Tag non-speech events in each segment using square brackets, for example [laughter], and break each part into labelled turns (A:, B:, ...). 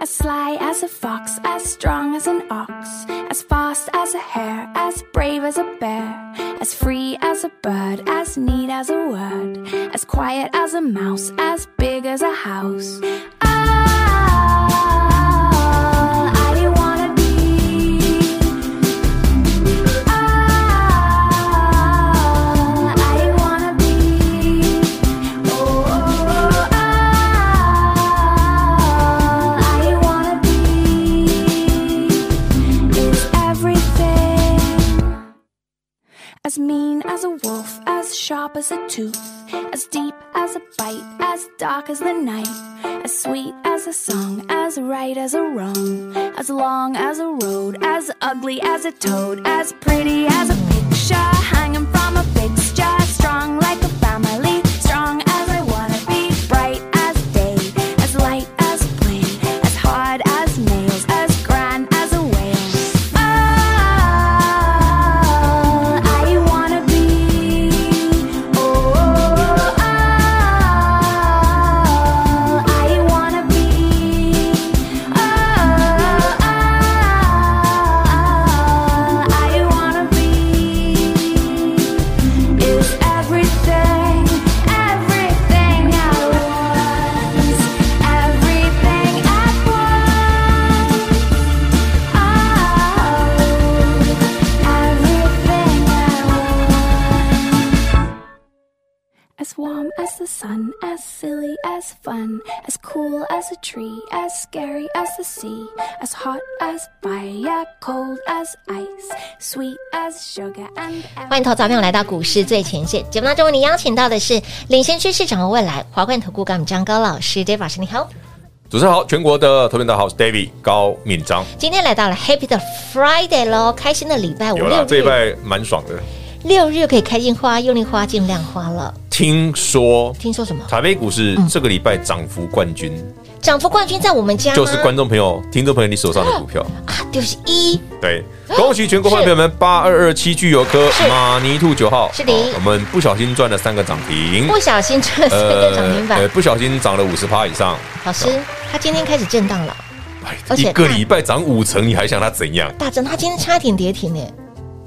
A: As sly as a fox, as strong as an ox, as fast as a hare, as brave as a bear, as free as a bird, as neat as a word, as quiet as a mouse, as big as a house. Ah, All I wanna be. All Ah, I wanna be. Oh, oh, all I wanna be is everything. As mean as a wolf, as sharp as a tooth, as deep as a bite, as dark as the night, as sweet as a song, as right as a wrong, as long as a road, as ugly as a toad, as pretty as a picture, hanging from a fixture, strong like a family, strong as I wanna be, bright as day, as light as a plane, as hard as nails, as grand as a whale. Oh, All I wanna be. Oh, all I wanna be. Oh, all I wanna be is everything, everything I was, everything I was. Oh, everything I want. As warm as the sun, as silly as fun, as cool as a tree, as scary as the sea, as hot as fire, cold as ice, sweet as sugar and
B: 欢迎投早朋友来到股市最前线节目当中，为您邀请到的是领先趋势、掌握未来华冠投顾高敏章高老师，David 老师你好。
C: 主持人好，全国的投票大家好，我是 David 高敏章。
B: 今天来到了 Happy 的 Friday 喽，开心的礼拜五，
C: 有啦
B: 六，
C: 这一
B: 日
C: 拜蛮爽的。
B: 六日可以开进花，用力花尽量花了。
C: 听说
B: 听说什么
C: 台北股市这个礼拜涨幅冠军，
B: 涨幅冠军在我们家吗
C: 就是观众朋友、听众朋友你手上的股票。
B: 啊，六十一
C: 对，恭喜全国会朋友们，八二二七具有科
B: 是
C: 马尼兔九号，
B: 是的
C: 哦我们不小心赚了三个涨停呃
B: 不。小心赚了三个涨停板。
C: 不小心涨了五十趴以上，
B: 老师，他今天开始震荡了，
C: 哎
B: 而且
C: 一个
B: 它
C: 礼拜涨五成，你还想它怎样？
B: 大震，他今天差一点跌停呢，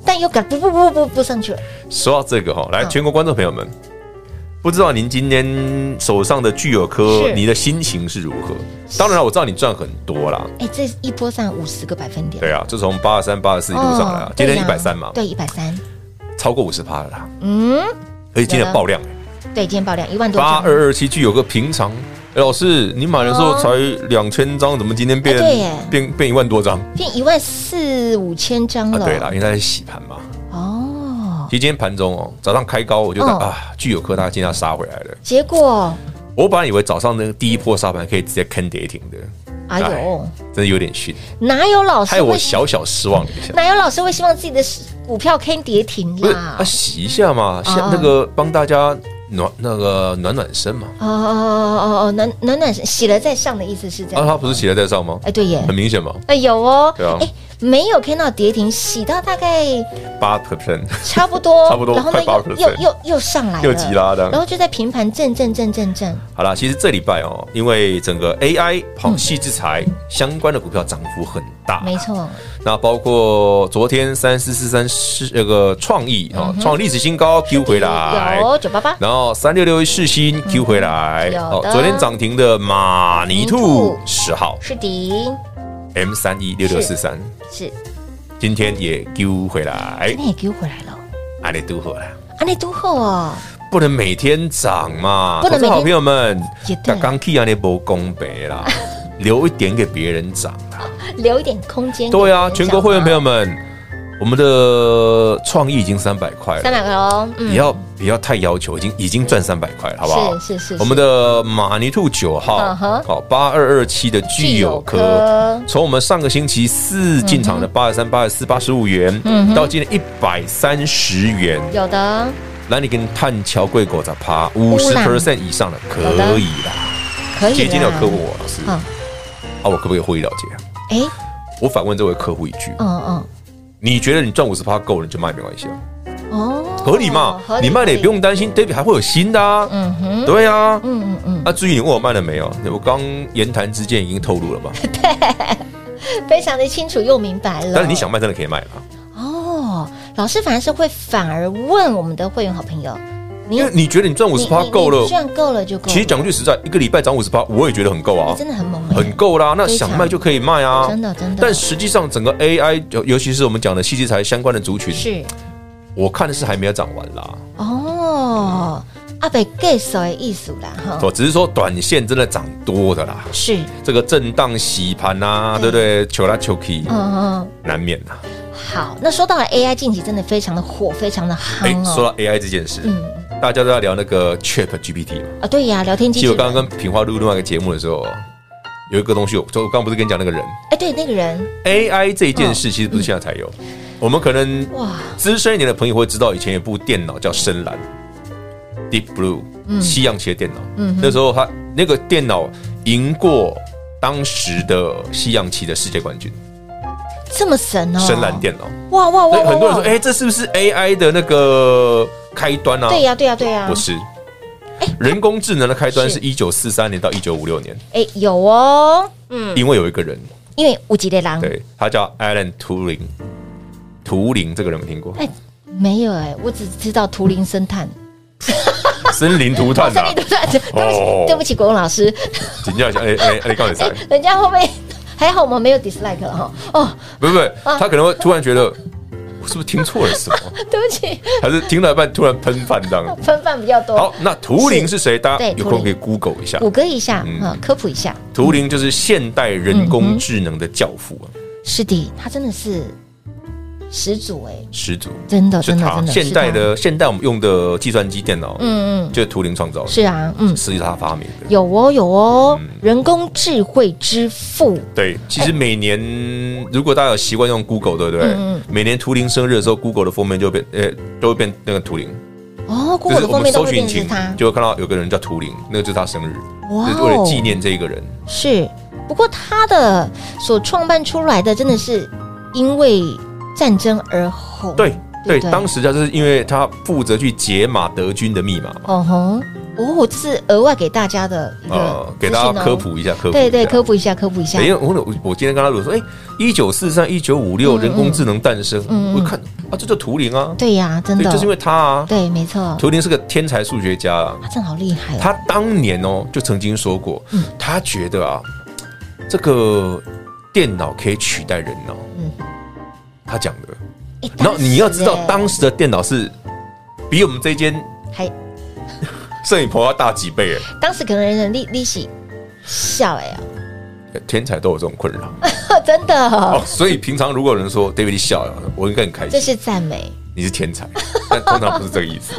B: 但又敢不不不不不上去了。
C: 说到这个哈，来，
B: 嗯
C: 全国观众朋友们，不知道您今天手上的聚友科
B: 是，
C: 你的心情是如何？当然了，我知道你赚很多啦，
B: 哎，这一波上五十个百分点，
C: 对啊，就从八十三、八十四一路上来啊
B: 哦，
C: 今天一
B: 对
C: 百
B: 呀
C: 三嘛，
B: 对，一百三，
C: 超过五十趴了啦，
B: 嗯，
C: 而且今天爆量，
B: 对，今天爆量一万多
C: 八
B: 张，
C: 二二七聚友科平常。哎老师，你买的时候才两千张，怎么今天
B: 嗯
C: 变
B: 哎对耶
C: 变变一万多张
B: 变一万四五千张
C: 啊？
B: 了。
C: 对啦，因为它在洗盘嘛。
B: 哦，
C: 其实今天盘中哦，早上开高，我就在
B: 哦
C: 啊，聚友科它今天要杀回来了。
B: 结果，
C: 我本来以为早上那个第一波杀盘可以直接坑跌停的，
B: 哎呦
C: 哎，真的有点逊，
B: 哪有老
C: 害
B: 师
C: 我
B: 会
C: 小小失望了一下。
B: 哪有老师会希望自己的股票可以跌停
C: 不是
B: 啦
C: 啊，？洗一下
B: 啊
C: 嘛，像那个帮大家暖那个暖暖身嘛。
B: 哦哦哦哦哦，暖暖暖洗了再上的意思是这
C: 啊，
B: 样。
C: 他不是写在在上吗？
B: 哎，对耶，
C: 很明显嘛，
B: 哎有哦
C: 对啊，
B: 哎没有看到跌停，洗到大概
C: 八 percent。
B: 差不多，
C: 差不多
B: 然后呢
C: 快
B: 又
C: 8%
B: 又又又上来了，
C: 又急拉的
B: 然后就在平盘震震震震震，
C: 好啦，其实这礼拜哦，因为整个 AI 好细制裁相关的股票涨幅很大，
B: 没。错，
C: 那包括昨天三四四三是那个创意啊，创历史新高 Q 回来，
B: 有九八八，
C: 然后三六六一世新 Q 回来
B: 嗯，有的
C: 昨天涨停的马尼
B: 兔
C: 兔十号
B: 是迪，
C: M 三一六六四三，
B: 是
C: 今天也 Q 回来
B: 今，天也给我回来了，
C: 阿里都回来，
B: 啊那多厚哦，不
C: 不能每天涨嘛，
B: 不能
C: 投资好
B: 每天
C: 朋友们
B: 也，对
C: 刚 K 阿那波公
B: [laughs]
C: 北啦，留一点给别人涨啦，
B: 留一点空间，
C: 对啊，全国会员朋友
B: 们，
C: 们，我们的创意已经三百块
B: 三
C: 了，
B: 百块喽，
C: 不
B: 嗯，
C: 要不要太要求，已经已经赚三百块了，好不好？
B: 是是是，
C: 我们
B: 的
C: 的马尼兔九号，
B: 嗯哼
C: 好八二二七的聚
B: 聚
C: 友
B: 友
C: 科
B: 科，嗯
C: 从我们上个星期四进场的八十三、八十四、八十五元，到今天一百三十元，
B: 有的
C: 那你跟碳桥贵狗咋趴五
B: 乌
C: 十
B: 啦
C: percent 以上的可
B: 好的
C: 以啦。
B: 可以啊啦，
C: 今天今天有客户我老师，
B: 嗯
C: 啊，我可不可以获利了结啊？
B: 哎，
C: 我反问这位客户一句：
B: 嗯
C: 你觉得你赚五十趴够了，你就卖没关系啊，
B: 嗯，哦，
C: 合理嘛？你卖了也不，用担心，David 还会有新的啊。
B: 嗯哼，
C: 对啊，
B: 嗯嗯嗯。
C: 那至于你问我卖了没有，我刚言谈之间已经透露了嘛。
B: 非常的清楚又明白了。
C: 但是你想卖，真的可以卖了，
B: 哦，老师反而是会反而问我们的会员好朋友，你
C: 因为你觉得你赚五
B: 你
C: 十趴
B: 你
C: 够了
B: 你。赚够了就够了。
C: 其实讲句实在，一个礼拜涨五十趴，我也觉得很够啊
B: 你，真的很猛、欸，
C: 很够啦。那
B: 非常
C: 想卖就可以卖啊，
B: 真的真的。
C: 但实际上，整个 AI，尤尤其是我们讲的细制材相关的族群，
B: 是
C: 我看的是还没有涨完啦。
B: 哦，阿北 get 的艺术啦哈，
C: 哦，只是说短线真的涨多的啦，
B: 是，
C: 这个震荡洗盘啊，对不对？求来求去，
B: 嗯
C: 难免啊啦。
B: 嗯，好。那说到了 AI 近期真的非常的火，非常的
C: 哎，
B: 夯
C: 说
B: 哦。
C: 到 AI 这件事，
B: 嗯
C: 大家都在聊那个 Chat GPT 嘛。
B: 啊，对呀，聊天机
C: 其
B: 器
C: 实我
B: 人。
C: 刚刚跟平花录另外一个节目的时候，有一个东西，我就我刚刚不是跟你讲那个人
B: 哎，对那个人
C: AI 这一件事，其实不是现在才有，我们可能
B: 哇，
C: 资深一点的朋友会知道，以前有部电脑叫深蓝 （Deep Blue），、西洋企业电脑。那时候它那个电脑赢过当时的西洋棋的世界冠军，
B: 这么神哦，
C: 深蓝电脑。
B: 哇哇
C: 所
B: 哇
C: 以
B: 哇，
C: 很多人说，
B: 哇
C: 哎、这是不是 AI 的那个开端啊？
B: 对呀对呀对呀
C: 不，是。人工智能的开端
B: 是
C: 是一九四三年到一九五六年，
B: 哎有哦，嗯，
C: 因为有一个人，
B: 因为五级的狼，
C: 对他叫 Alan Turing，图灵这个人有没有听过？
B: 哎，没有哎、我只知道图灵生哦探，
C: 森林涂炭
B: 森
C: 啊
B: 林，图探，对不起，
C: 哦
B: 对不起，国文老师，
C: 请教一下，哎哎哎，告诉你噻。
B: [laughs] 人家后面还好我们没有 dislike 了哈，哦，
C: 不是不是，他可能会突然觉得我是不是听错了什么，
B: 对不起，
C: 还是听到一半突然喷饭这样。
B: 分饭比较多
C: 好，，那图灵是谁？大家
B: 对
C: 有空
B: 图灵
C: 可以 Google 一下
B: 谷。歌一下
C: 嗯
B: 啊、科普一下，
C: 图灵就是现代
B: 嗯
C: 人工智能的教父啊，
B: 是的，他真的是始祖哎、
C: 始祖
B: 真的
C: 是
B: 真的
C: 他。
B: 真的，
C: 现代
B: 是
C: 的现代我们用的计算机电脑，
B: 他，嗯嗯，
C: 就是图灵创造的，
B: 是啊，嗯，
C: 是他发明的。
B: 有哦有哦，
C: 嗯
B: 人工智慧之父，
C: 对，其实每年如果大家有习惯用 Google，对不
B: 嗯
C: 对？每年图灵生日的时候，Google 的封面就变，呃，都会变那个图灵，
B: 哦，
C: 就
B: 过
C: 是
B: 的
C: 我
B: 封
C: 们
B: 面都
C: 搜
B: 会
C: 寻
B: 变
C: 引
B: 成
C: 擎
B: 他，
C: 就会看到有个人叫图灵，那个就是他生日，
B: 哇哦
C: 就是为了纪念这一个人。
B: 是，不过他的所创办出来的真的是因为战争而红，
C: 对对，
B: 不对
C: 当时他就是因为他负责去解码德军的密码嘛，
B: 哦吼，哦，这是额外给大家的一个
C: 呃，给大
B: 资讯
C: 家
B: 哦
C: 科，普一下，科普
B: 对对，科
C: 普。
B: 普一下，科普一下
C: 哎，，因为我我我今天跟他如说，哎，一九四三、一九五六人工智能诞生，
B: 嗯嗯嗯
C: 我一看啊，这叫图灵啊，
B: 对呀，真
C: 对，
B: 的
C: 就是，因为他啊，
B: 对，没错，
C: 图灵是个天才数学家啊，
B: 他真的好厉害哦，
C: 他当年哦就曾经说过，
B: 嗯
C: 他觉得啊，这个电脑可以取代人脑
B: 嗯，
C: 他讲的。
B: 诶
C: 然后你要知道
B: 哎当，时
C: 当时的电脑是比我们这间
B: 哎还
C: 摄影棚要大几倍，哎
B: 当时可能人利利息小哎哦
C: 天才都有这种
B: [laughs]
C: 困扰。
B: 真
C: 哦
B: 的，，
C: 所以平常如果有人说 David 你笑了，我应该很开
B: 这
C: 心，
B: 是赞美。
C: 你是天才， [laughs] 但通常不是这个
B: [laughs]
C: 意思。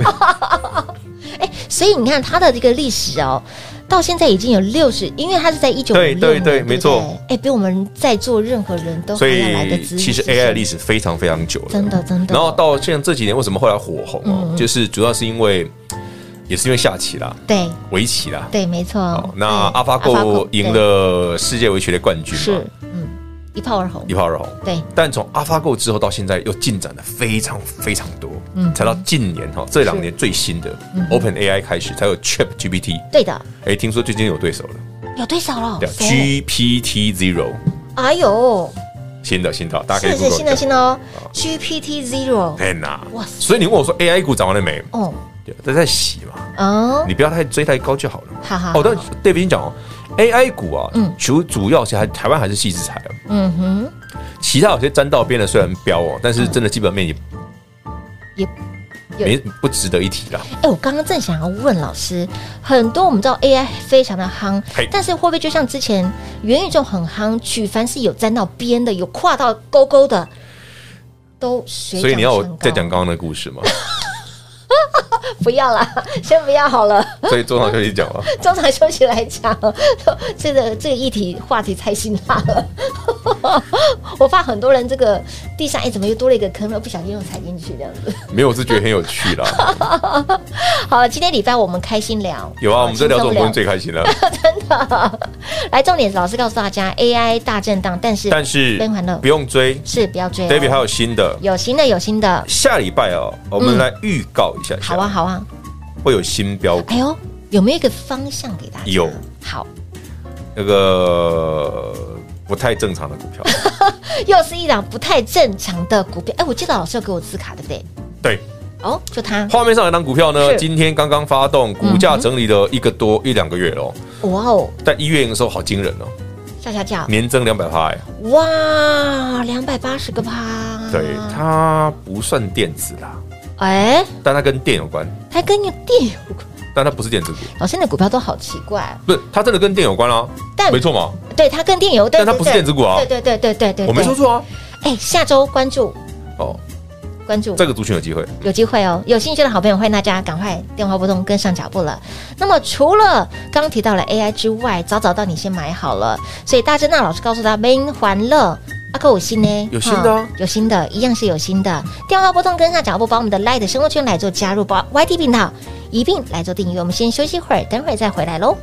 B: 所以你看它的这个历史哦，到现在已经有六十，因为它是在一九
C: 对对对没错
B: 哎，比我们在座任何人都
C: 所
B: 还要来的
C: 以
B: 资
C: 其实 AI 的历
B: 史
C: 史非常非常久了，
B: 真的真的。嗯
C: 然后到现在这几年为什么后来火红哦，就是主要是因为也是因为下棋啦、
B: 对
C: 围棋啦。
B: 对，嗯没错
C: 哦，。那
B: 对
C: AlphaGo
B: AlphaGo，
C: 赢了世界围棋的冠
B: 对
C: 军嘛
B: 是，嗯一炮而红
C: 一，炮而红。
B: 对
C: 但从 AlphaGo 之后到现在，又进展的非常非常多。嗯，才到近年哈，这两年最新的
B: 嗯
C: OpenAI 开始才有 ChatGPT。
B: 对的，
C: 哎，听说最近有对手了，
B: 有对手哦了
C: 对啊。
B: 谁
C: ，GPT Zero，
B: 哎呦，
C: 新的新的，大家可
B: 是
C: 以
B: 是
C: Google
B: 新的
C: 一
B: 新
C: 下。
B: 的哦，GPT Zero，
C: 天哪！
B: 哇塞
C: 所以你问我说 AI 股涨完了没？
B: 哦
C: 对，这在洗嘛，
B: 嗯，
C: 你不要太追太高就好了。
B: 好好
C: 哦，但
B: 好
C: David 你讲哦，AI 股啊，
B: 嗯
C: 主主要是还台湾还是细制裁哦，
B: 嗯哼，
C: 其他有些沾到边的虽然飙哦，但是真的基本面也
B: 嗯也有
C: 没不值得一提啦。
B: 哎、我刚刚正想要问老师，很多我们知道 AI 非常的夯
C: 嘿，
B: 但是会不会就像之前元宇宙很夯，举凡是有沾到边的，有跨到勾勾的，都水
C: 所以你要我
B: 涨船
C: 再
B: 高
C: 讲刚刚的故事吗？
B: [laughs] 不要啦， [laughs] 先不要好了。
C: 所以中场休息讲了，
B: 中场休息来讲，这个这个议题话题太辛辣了。 [laughs] 我怕很多人这个地上哎、怎么又多了一个坑了，不小心又踩进去这样子。
C: 没有，我是觉得很有趣
B: [laughs]
C: 啦。
B: 好了，今天礼拜我们开心聊，
C: 有啊，我们在聊这
B: 轻
C: 种
B: 松
C: 东西最开心了。
B: [laughs] 来，重点是老师告诉大家，AI 大震荡，但是
C: 但是
B: 跟欢乐
C: 不用追
B: 是不要追、哦。
C: ，David 还有新的，
B: 有新的有新的，
C: 下礼拜哦，我们来预告一下
B: 嗯
C: 下，
B: 好啊好啊。
C: 会有新标股
B: 哎，呦，有没有一个方向给大家？
C: 有
B: 好，
C: 那个不太正常的股
B: [laughs]
C: 票，
B: 又是一档不太正常的股票。哎，我记得老师有给我字卡，对不对？
C: 对。
B: 哦，就它。
C: 画面上有一档股票呢，
B: 是嗯
C: 今天刚刚发动，股价整理了一个多一两个月喽，
B: 哇哦，
C: 在一月营收好惊人哦，
B: 下下架。
C: 年增两百趴，哎
B: 哇，两百八十个趴。
C: 对，它不算电子啦，
B: 哎，
C: 但它跟电有关，
B: 还跟你电有关。
C: 但它不是电子股，
B: 老师，你的股票都好奇怪。
C: 不是，它真的跟电有关啦
B: 但，
C: 没错嘛，
B: 嗯对，它跟电有，
C: 但它不是电子股啊
B: 对对对对对对，
C: 我没说
B: 对。
C: 错啊，
B: 哎，下周关注
C: 哦，
B: 关注。
C: 这个族群有机会，
B: 有机会哦，有兴趣的好朋友，欢迎大家赶快电话拨通，跟上脚步了。那么除了刚刚提到了 AI 之外，早早到你先买好了。所以大正大老师告诉他，Main 环乐啊阿克有新呢，
C: 有新的啊
B: 哈有新的，一样是有新的。电话拨通，跟上脚步，把我们的 Light 生活圈来做加入，把 YT 频道一并来做订阅。我们先休息一会儿，等会儿再回来喽。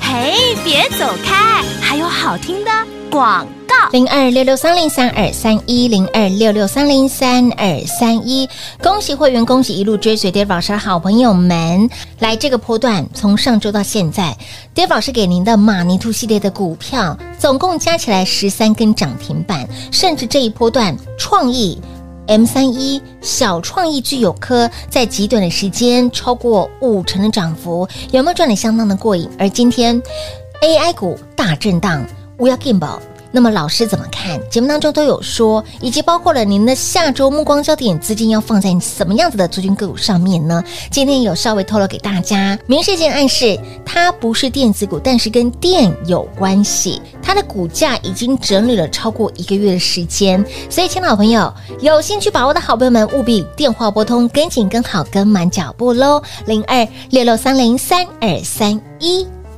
D: 嘿，别走开，还有好听的广告。
B: 零二六六三零三二三一零二六六三零三二三一。恭喜会员，恭喜一路追随 Dave 老师的好朋友们。来这个波段，从上周到现在，Dave 老师给您的马尼兔系列的股票，总共加起来十三根涨停板，甚至这一波段创意。M 三一小创意具有科在极短的时间超过五成的涨幅，有没有赚得相当的过瘾？而今天 AI 股大震荡，我要 game 宝。那么老师怎么看？节目当中都有说，以及包括了您的下周目光焦点资金要放在什么样子的族群个股上面呢？今天有稍微透露给大家，明示性暗示它不是电子股，但是跟电有关系。它的股价已经整理了超过一个月的时间，所以，亲老朋友，有兴趣把握的好朋友们，务必电话拨通，跟紧、跟好、跟满脚步喽！零二六六三零三二三一。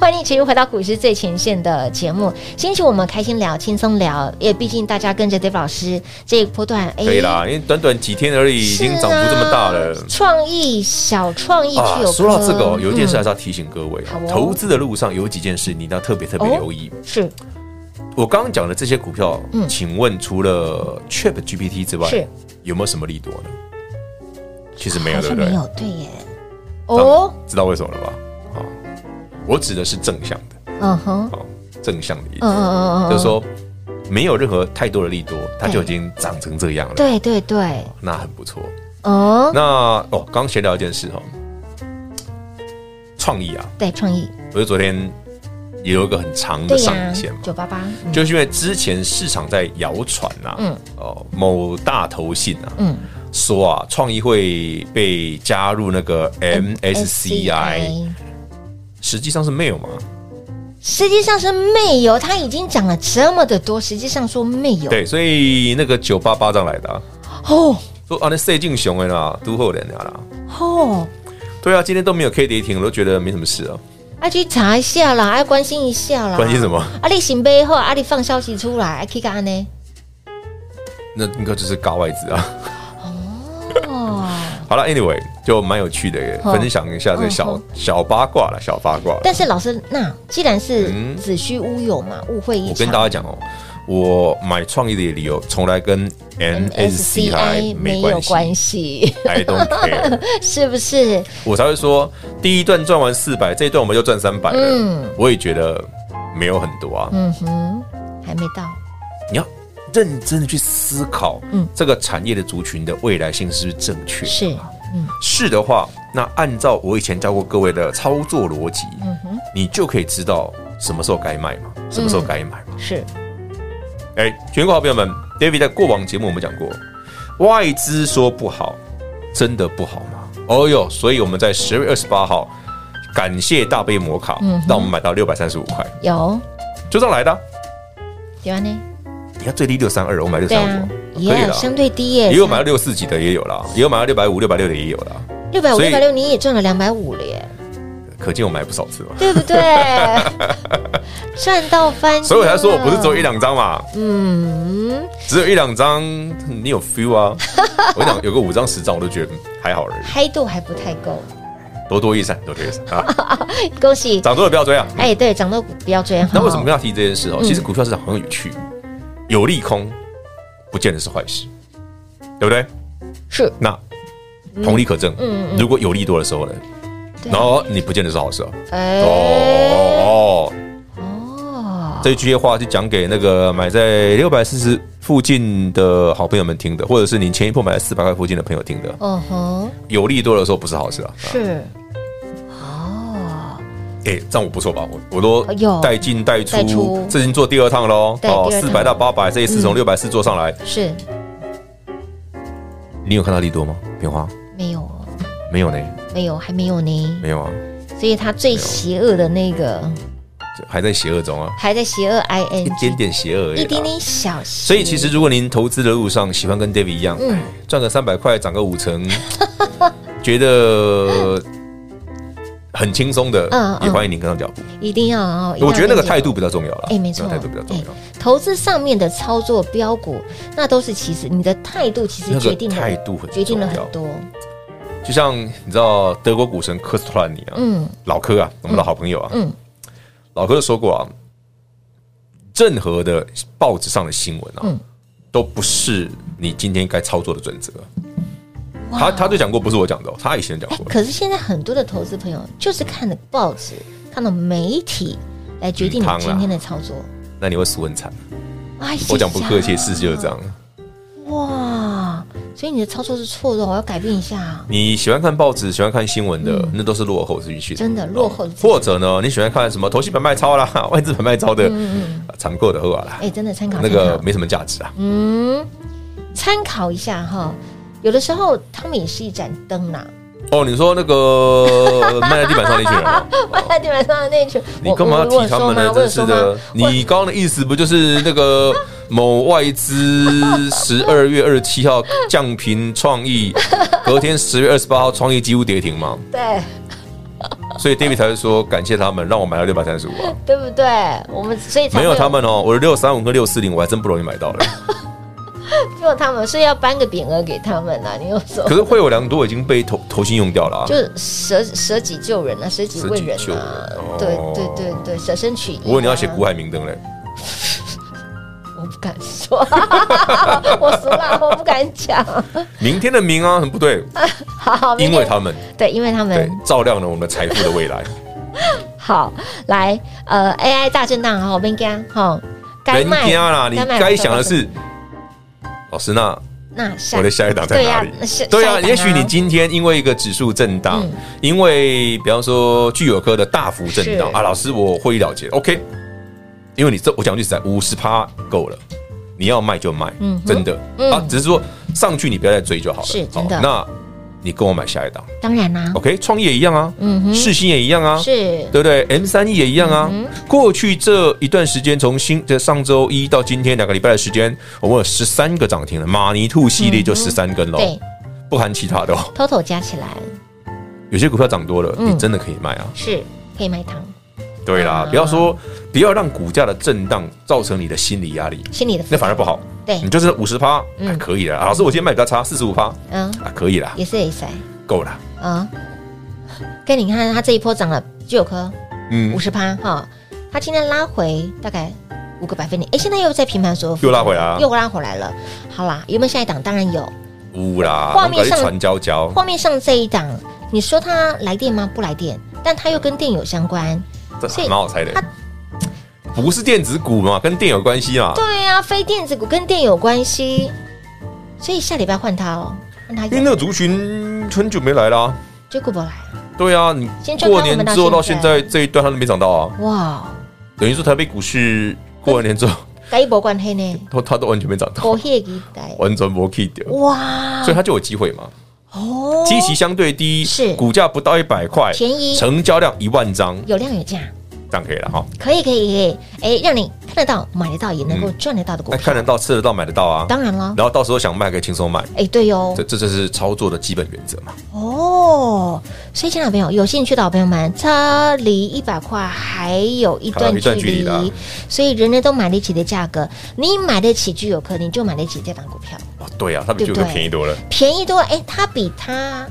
B: 欢迎你持续回到股市最前线的节目。星期五我们开心聊、轻松聊，也毕竟大家跟着 Dave 老师这一波段，哎
C: 可以啦，因为短短几天而已，
B: 啊
C: 已经涨幅这么大了
B: 是啊。创意小创意具有、
C: 啊说到这个哦，有一件事
B: 嗯
C: 还是要提醒各位
B: 好
C: 哦
B: 哦，
C: 投资的路上有几件事你一定要特别特别留意。
B: 是
C: 我刚刚讲的这些股票
B: 嗯，
C: 请问除了 Chat GPT 之外
B: 是，
C: 有没有什么利多呢？其实没有，
B: 好
C: 对
B: 像
C: 不对
B: 没？有对耶。哦，，
C: 知道为什么了吧？啊，我指的是正向的，
B: 嗯哼，
C: 啊，正向的意
B: 嗯嗯
C: 思，
B: 嗯嗯嗯，
C: 就是说没有任何太多的利多，它
B: 对
C: 就已经涨成这样了，
B: 对对对，
C: 那很不错。
B: 哦，
C: 那哦，刚闲聊一件事哈，创意啊，
B: 对创意，
C: 我就昨天也有一个很长的
B: 对
C: 上
B: 呀
C: 影线嘛，，
B: 九八八，嗯
C: 就是因为之前市场在谣传呐，
B: 嗯
C: 哦，某大投信啊，
B: 嗯
C: 说啊，创意会被加入那个 MSCI，实际上是没有嘛？
B: 实际上是没有，它已经涨了这么的多，实际上说没有。
C: 对，所以那个九八八张来的、啊，
B: 哦
C: 说啊，那塞进熊的啦，都后人家啦，
B: 哦，
C: 对啊，今天都没有 K 跌停，我都觉得没什么事啊，
B: 要去查一下啦，啊要关心一下啦。
C: 关心什么？
B: 啊，你醒杯后，啊，你放消息出来，可以干呢？
C: 那应该就是嘎外资啊。
B: 哦，
C: 好了，anyway，就蛮有趣的，
B: 哦
C: 分享一下这个小、
B: 嗯
C: 小八卦了，小八卦啦。
B: 但是老师，那既然是
C: 嗯
B: 子虚乌有嘛，误会一
C: 我
B: 场。
C: 跟大家讲哦，我买创意的理由从来跟 NSCI 没
B: 哎没有
C: 关
B: 关
C: 系
B: 系， [laughs]
C: ，I don't care，
B: 是不是？
C: 我才会说第一段赚完四百，这一段我们就赚三百了。
B: 嗯
C: 我也觉得没有很多啊，
B: 嗯哼，还没到。
C: 你要认真的去思考，
B: 嗯
C: 这个产业的族群的未来性是不是正确的？
B: 是
C: 是的话，那按照我以前教过各位的操作逻辑，
B: 嗯
C: 你就可以知道什么时候该卖嘛，什么时候该买嘛。
B: 是
C: 哎、全国好朋友们，David 在过往节目我们讲过，外资说不好，真的不好吗？哦哟，所以我们在十月二十八号，感谢大杯摩卡，
B: 嗯
C: 让我们买到六百三十五块，
B: 有
C: 就这样来的啊、
B: 对啊呢，
C: 你看最低六三二，我买六
B: 对
C: 三
B: 啊
C: 五，可以
B: 也
C: 了啊。
B: 相对低耶，
C: 也有买到六四级的也有啦，也有买到六百五、六百六的也有啦，
B: 六百五
C: 所
B: 六
C: 以
B: 百六，你也赚了两百五了耶，
C: 可见我买不少次嘛。啊
B: 对不
C: [laughs]
B: 对？赚到翻，
C: 所以我才说我不是只有一，两张嘛，
B: 嗯，
C: 只有一两张，你有 feel
B: [laughs]
C: 啊？我跟你讲，有个五张、十张我都觉得嗯还好而已，
B: 嗨度还不太够，
C: 多多益善，多多益善啊！
B: 恭喜！
C: 涨多了不要追啊！
B: 哎，对，涨到股不要追哈。
C: 那为什么要提这件事哦？
B: 嗯
C: 其实股票市场很有趣，有利空不见得是坏事，对不对？
B: 是嗯
C: 那同理可证，如果有利多的时候呢，
B: 对
C: 然后你不见得是好事哦。
B: 哎
C: 哦。
B: 哦，
C: 这句话就讲给那个买在六百四十附近的好朋友们听的，或者是你前一波买在四百块附近的朋友听的。
B: 哦吼，
C: 有利多的时候不是好事啊！
B: 是哦，
C: 哎，这样我不错吧？我我都
B: 有
C: 带进带
B: 带出
C: 出，这已经做第二趟喽。
B: 对第二
C: 四
B: 趟嗯
C: 百到八百，这一次从六百四做上来，
B: 是
C: 你有看到利多吗？平花
B: 没有哦，
C: 没有呢，
B: 没有，还没有呢。
C: 没有啊，
B: 所以他最邪恶的那个
C: 这还在邪恶中啊，
B: 还在邪恶
C: 一
B: ing，
C: 点点邪恶而已啊。
B: 一点点小邪。
C: 所以其实如果您投资的路上喜欢跟 David 一样，
B: 嗯
C: 哎赚个三百块，涨个五
B: [laughs]
C: 成，觉得很轻松的
B: 嗯，嗯
C: 也欢迎您跟上脚步。
B: 一定要哦，
C: 我觉得那个态
B: 度。
C: 度比较重要了，
B: 哎，没错，
C: 那个态度比较重要
B: 哎。投资上面的操作标股，那都是其实你的态度，其实
C: 那
B: 哎决
C: 个
B: 定了
C: 态度很
B: 决定了
C: 重要
B: 很多。
C: 就像你知道德国股神科斯托兰尼啊，
B: 嗯，
C: 老科啊，我们的好朋友啊，
B: 嗯
C: 老科说过啊，任何的报纸上的新闻啊，
B: 嗯
C: 都不是你今天该操作的准则。他他就讲过，不是我讲的哦，他以前讲
B: 哎
C: 过，。
B: 可是现在很多的投资朋友就是看了报纸，看了媒体来决定你
C: 嗯当然
B: 今天的操作。
C: 那你会输很惨。
B: 哎呀
C: 我讲不客气，事实就是这样。
B: 哇！所以你的操作是错的，我要改变一下啊。
C: 你喜欢看报纸、喜欢看新闻的，那都是落后资讯系统，
B: 嗯真的落后
C: 哦
B: 资讯
C: 或者呢，你喜欢看什么投信本卖超啦、 [laughs] 外资本卖超的，啊常购的后啊啦
B: 嗯哎，，真的参考
C: 那
B: 参
C: 个
B: 考，
C: 没什么价值啊。
B: 嗯，参考一下哈。有的时候他们也是一盏灯啊 [laughs] 呐、
C: 哦，你说
B: [laughs]
C: 那个卖在地板上那群人哦，
B: 我在地板上的那群，
C: 你
B: 我
C: 干嘛要
B: 我我有
C: 提他们呢？
B: 说吗我有
C: 真是
B: 说
C: 的
B: 吗，
C: 你刚刚的意思不就是那个某外资十二月二十七号降频创意，隔天十月二十八号创意几乎跌
B: [laughs]
C: 停嘛？
B: 对
C: 所以 David 才会说感谢他们，让我买到六百三十五啊。
B: [laughs] 对不对？我们所以才
C: 没有
B: 会
C: 他，们哦，我的六三五跟六四零我还真不容易买
B: [laughs]
C: 到了。
B: 没有他们，所以要颁个匾额给他们啊！你又说
C: 可，是会有良多已经被投投信用掉了啊
B: 就。是舍舍己救人啊，舍己为人
C: 舍己救人
B: 啊，
C: 哦
B: 对对对对，舍身取义、啊。
C: 不过你要写古海明灯嘞，
B: 我不敢说， [laughs] 我俗辣，我不敢讲。
C: 明天的明啊，很不对，
B: 好，明
C: 因
B: 天
C: 为他们
B: 对，因为他
C: 对
B: 们
C: 照亮了我们的财富的未来。
B: 好来，呃，AI 大震荡，好，我们讲，好，该
C: 人
B: 卖
C: 家啦，你
B: 卖
C: 该想的是，老师那
B: 那下
C: 我的下一档在哪里
B: 对呀那下？
C: 对
B: 下
C: 啊，
B: 一档啊
C: 也许你今天因为一个指数震荡
B: 嗯，
C: 因为比方说聚友科的大幅震荡
B: 是
C: 啊，老师我会议了结，OK，因为你这我讲句实在，五十趴够了。你要卖就卖，
B: 嗯哼
C: 真的、
B: 嗯
C: 啊，只是说上去你不要再追就好了。
B: 是真的
C: 好那你跟我买下一档
B: 当然啦，
C: ，OK？创业也一样啊，
B: 嗯哼
C: 世新也一样啊，
B: 是
C: 对不对？M 三一也一样啊。
B: 嗯
C: 过去这一段时间，从新这上周一到今天两个礼拜的时间，我们有十三个涨停了，马尼兔系列就十三根喽，
B: 嗯对
C: 不含其他的哦。
B: ，total 加起来
C: 有些股票涨多了，
B: 嗯啊
C: 你真的可以卖啊。
B: 是可以卖糖，
C: 对啦，不要说不要让股价的震荡造成你的心理压力，
B: 心里的
C: 那反而不好。
B: 对
C: 你就是五十趴，还可以了。啊老师，我今天卖比较差，四十五趴，
B: 嗯
C: 啊，可以啦，
B: 也是 A 塞
C: 够啦。
B: 啊。跟你看，它这一波涨了九颗
C: 嗯
B: 五，十趴哈，它今天拉回大概五个百分点，哎，现在又在平盘所有附近，
C: 又拉回来啊
B: 又拉回来了。好啦，有没有下一档？当然有。
C: 呜啦，
B: 画面
C: 我们搞
B: 上
C: 去传交交，
B: 画面上这一档，你说它来电吗？不来电，但它又跟电有相关。
C: 这
B: 所以
C: 还蛮好猜的
B: 它。
C: 不是电子股嘛，跟电有关系嘛。
B: 对呀、非电子股跟电有关系，所以下礼拜换它哦，换它
C: 因为
B: 有
C: 那个族群很久没来啦。
B: 就顾不来了，
C: 对啊，你
B: 先赚
C: 过
B: 到我们
C: 年
B: 到
C: 之后到
B: 现
C: 现
B: 在
C: 在这一段它都没涨到啊，
B: 哇，
C: 等于说台北股市过完年之
B: [laughs]
C: 后，
B: 该一波关黑
C: [laughs]
B: 呢，
C: 它它都完全没涨
B: 我
C: 到，
B: 黑给带，
C: 完全没 key 掉，
B: 哇
C: 所以它就有机会嘛。
B: 哦，
C: 基期相对低，
B: 是
C: 股价不到一百块，
B: 便宜
C: 成交量一万张，
B: 有量有价，
C: 这样可以了哈。
B: 可以可以可以，哎，让你看得到、买得到，也能够赚得到的股
C: 那看
B: 票，
C: 得到、吃得到、买得到啊，
B: 当然了，
C: 然后到时候想卖可以轻松卖，
B: 哎，对哦
C: 这，这这是操作的基本原则嘛。
B: 哦，所以，亲爱的朋友，有兴趣的好朋友们，它离一百块还有一
C: 还
B: 段
C: 有一段
B: 距
C: 距离
B: 离
C: 啦，
B: 所以人人都买得起的价格，你买得起居有客，你就买得起这档股票，
C: 哦，对啊，它比
B: 对
C: 就
B: 不对
C: 便宜多了。
B: 便宜多，哎，它比它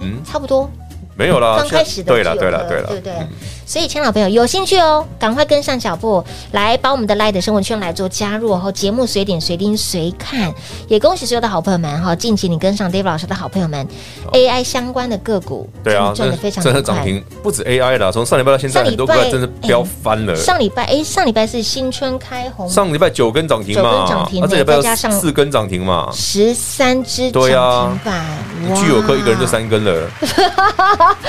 C: 嗯，
B: 差不多，
C: 没有啦，
B: 刚开始
C: 现
B: 的
C: 呃对
B: 具有
C: 了，
B: 客
C: 对了，嗯对
B: 对不对
C: 了，？
B: 所以，亲爱的朋友，有兴趣哦，赶快跟上脚步，来把我们的 Light 生活圈来做加入，然后节目随点随听随看，也恭喜所有的好朋友们哈，近期你跟上 Dave 老师的好朋友们，AI 相关的个股，
C: 哦对啊，
B: 真的赚的非常
C: 真的
B: 快
C: 涨停，不止 AI 啦，从上礼拜到现在，
B: 上礼拜哎
C: 很多股票真的飙翻了。
B: 上礼拜哎，上礼拜是新春开红，
C: 上礼拜九根涨停嘛，
B: 九根涨停
C: 啊这礼拜
B: 再加
C: 有
B: 上
C: 四根涨停嘛，
B: 十三只涨
C: 对啊
B: 停板，
C: 聚友科一个人就三根
B: [laughs]
C: 了。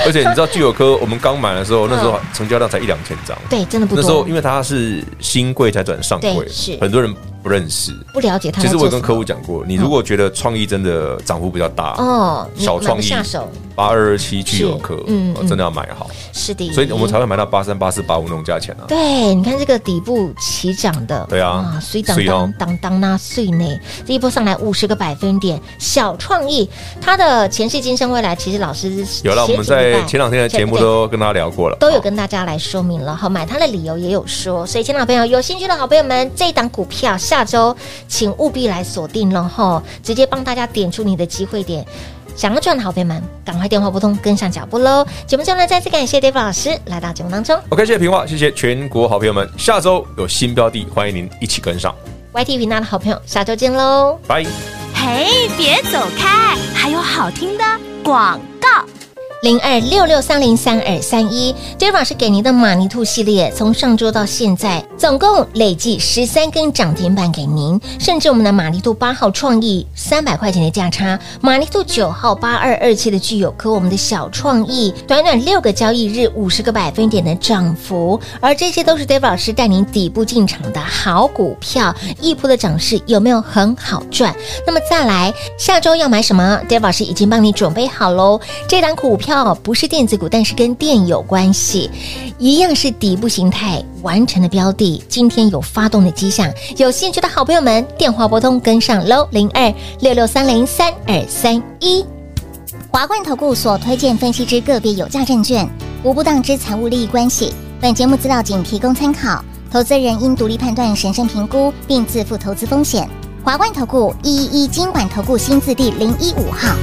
C: 而且你知道聚友科，我们刚买的时候，那时候成交量才一两千张，
B: 嗯对，真的不
C: 那时候
B: 多
C: 因，为它是新贵才转上
B: 对
C: 柜，
B: 是
C: 很多人不认识。
B: 不了解他
C: 其
B: 在
C: 实
B: 做
C: 我
B: 什么。嗯
C: 有跟客户讲过，你如果觉得创意真的涨幅比较大，
B: 哦，你
C: 小
B: 买
C: 创
B: 不
C: 意
B: 下手
C: 八二二七具有科
B: 是，嗯
C: 哦
B: 嗯
C: 真的要买好，
B: 是的，
C: 所以我们才会买到八三八四八五那种价钱啊。
B: 对，你看这个底部起涨的，
C: 对啊
B: 所以当
C: 水
B: 当
C: 哦
B: 当当那碎呢，这一波上来五十个百分点，小创意，它的前世今生未来，其实老师
C: 有了，
B: 写
C: 我们
B: 几个礼
C: 在
B: 拜
C: 前两天的节目
B: 对
C: 都跟大家聊过了，
B: 都有
C: 哦
B: 跟大家来说明了哈，买它的理由也有说，所以，亲爱的朋友，有兴趣的好朋友们，这一档股票下周请务必来锁定了哈，直接帮大家点出你的机会点。想要赚的好朋友们，赶快电话拨通，跟上脚步喽！节目最后呢，再次感谢 David 老师来到节目当中。
C: OK，谢谢平话，谢谢全国好朋友们，下周有新标的，欢迎您一起跟上，
B: YT 频道的好朋友，下周见喽！
C: 拜。
D: 嘿，别走开，还有好听的广告。
B: 零二六六三零三二三一，杰老师给您的马尼兔系列，从上周到现在，总共累计十三根涨停板给您，甚至我们的马尼兔八号创意三百块钱的价差，马尼兔九号八二二七的具有科，我们的小创意，短短六个交易日五十个百分点的涨幅，而这些都是 Dave 老师带您底部进场的好股票，一波的涨势有没有很好赚？那么再来，下周要买什么？Dave 老师已经帮你准备好喽。这档股票不是电子股，但是跟电有关系，一样是底部形态完成的标的，今天有发动的迹象。有兴趣的好朋友们，电话拨通跟上喽，零二六六三零三二三一。
E: 华冠投顾所推荐分析之个别有价证券，无不当之财务利益关系。本节目资料仅提供参考，投资人应独立判断、审慎评估，并自负投资风险。华冠投顾一一一金管投顾新字第零一五号。